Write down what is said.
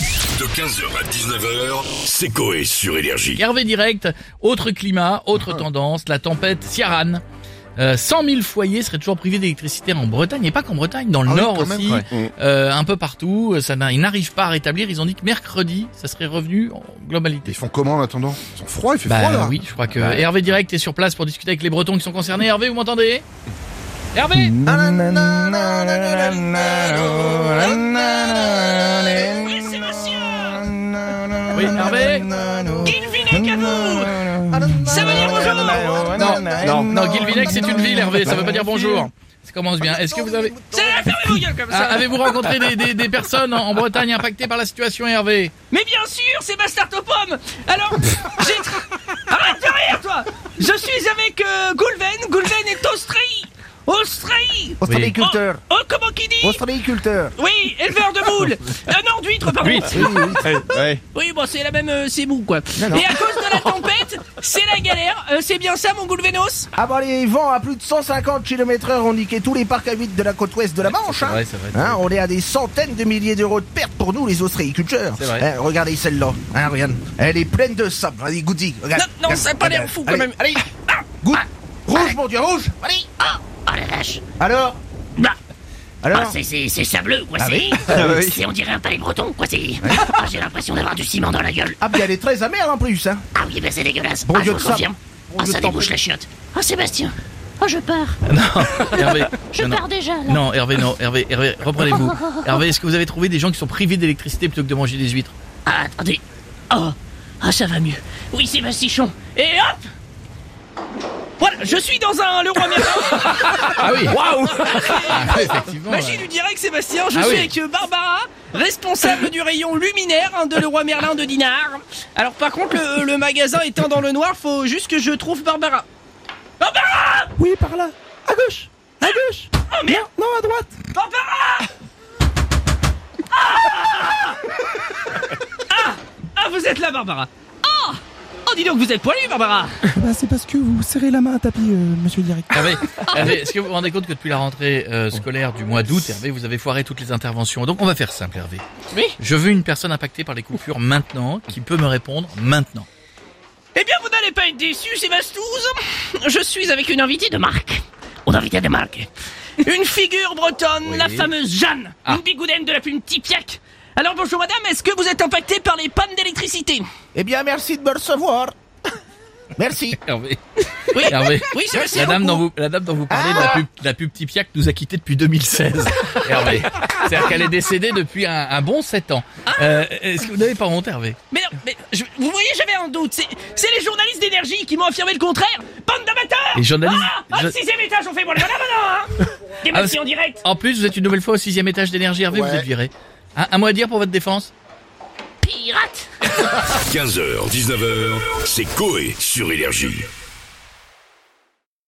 De 15h à 19h, c'est Coé sur Énergie. Hervé Direct, autre climat, autre Ah. tendance, la tempête Ciaran. Euh, 100 000 foyers seraient toujours privés d'électricité en Bretagne, et pas qu'en Bretagne, dans le Ah oui, Nord quand même, aussi, euh, un peu partout. euh, Ça n'a- ils n'arrivent pas à rétablir. Ils ont dit que mercredi, ça serait revenu en globalité. Ils font comment en attendant Ils sont froids, il fait Bah froid là oui, je crois que Hervé Direct est sur place pour discuter avec les Bretons qui sont concernés. Hervé, vous m'entendez Hervé Oui, Hervé Ça veut dire bonjour Non, non, non, Guilvinec, c'est une ville, Hervé, ça veut pas dire bonjour. Ça commence bien. Est-ce que vous avez... Fermez vos gueules comme Ah, ça Avez-vous rencontré des, des- des personnes en, en Bretagne impactées par la situation, Hervé Mais bien sûr, c'est Bastard aux pommes Alors, j'ai... tra- Arrête de rire, toi Je suis avec euh, Goulven, Goulven est Australie Australie Ostréiculteur Oh, oh, comment qui dit Ostréiculteur Oui, éleveur de moules Ah non, d'huîtres, pardon Oui, bon, c'est la même... euh, c'est mou, quoi. Et à cause de la tempête, c'est la galère. Euh, c'est bien ça, mon Goulvenos Ah bah les vents à plus de 150 km heure ont niqué tous les parcs à huîtres de la côte ouest de la Manche hein. vrai, c'est vrai. Hein, on est à des centaines de milliers d'euros de pertes pour nous les ostréiculteurs. C'est vrai. Hein, regardez celle-là, hein, regarde. Elle est pleine de sable, allez goody, regarde. Non, non, ça a pas l'air Regarde. fou, quand Allez, même. Allez Goûte. Rouge mon dieu, rouge Allez Alors Bah, Alors bah, c'est- c'est c'est sableux, quoi, Ah c'est. oui. Ah oui. c'est- On dirait un palais breton, quoi, c'est. Ah, J'ai l'impression d'avoir du ciment dans la gueule. Ah puis elle est très amère en plus hein. Ah oui, bah c'est dégueulasse. Bon ah, Dieu je de vous sable. confirme. Bon Ah, Dieu ça de sable. débouche la chiotte. Ah, Sébastien. Ah, je pars. Hervé, Je non, non. pars déjà, là. Non, Hervé, non, Hervé, Hervé, reprenez-vous. Hervé, est-ce que vous avez trouvé des gens qui sont privés d'électricité plutôt que de manger des huîtres Ah, attendez. Oh, ah, ça va mieux. Oui, Sébastichon. Et hop Voilà, je suis dans un Leroy Merlin Ah oui Waouh Effectivement. Magie du direct, Sébastien. Je Ah suis oui. avec euh, Barbara, responsable du rayon luminaire hein, de Leroy Merlin de Dinard. Alors, par contre, le, le magasin étant dans le noir, faut juste que je trouve Barbara. Barbara Oui par là, à gauche, à gauche Oh merde Non à droite Barbara ah, ah Vous êtes là, Barbara Ah Oh, dis donc, vous êtes poilu, Barbara Bah, c'est parce que vous serrez la main à tapis, euh, monsieur le directeur. Hervé, Hervé, est-ce que vous vous rendez compte que depuis la rentrée euh, scolaire du mois d'août, Hervé, vous avez foiré toutes les interventions Donc on va faire simple, Hervé. Oui Je veux une personne impactée par les coupures maintenant, qui peut me répondre maintenant. Eh bien, vous n'allez pas être déçu, Sébastouze Je suis avec une invitée de De Marc. On invitait des marques. Une figure bretonne, Oui. la fameuse Jeanne, Ah. une bigoudaine de la plume Tipiac. Alors bonjour madame, est-ce que vous êtes impactée par les pannes d'électricité Eh bien merci de me recevoir Merci Hervé. Oui. Hervé. Oui, Sébastien. La dame, dont vous, la dame dont vous parlez, Ah. de la pub, la pub Tipiac, nous a quittés depuis 2016. Hervé. C'est-à-dire qu'elle est décédée depuis un, un bon 7 ans. Ah. Euh, Est-ce que vous n'avez pas honte, Hervé Mais non, mais je- vous voyez, j'avais un doute. C'est, c'est les journalistes d'énergie qui m'ont affirmé le contraire. Bande d'amateurs Les journalistes- Ah, ah, je- sixième étage, on fait moi le malin maintenant, hein Des Ah, matins c'est- en direct En plus, vous êtes une nouvelle fois au sixième étage d'énergie, Hervé, vous Ouais. êtes viré. Un, un mot à dire pour votre défense Pirate. 15h, 19h, c'est Coé sur Énergie.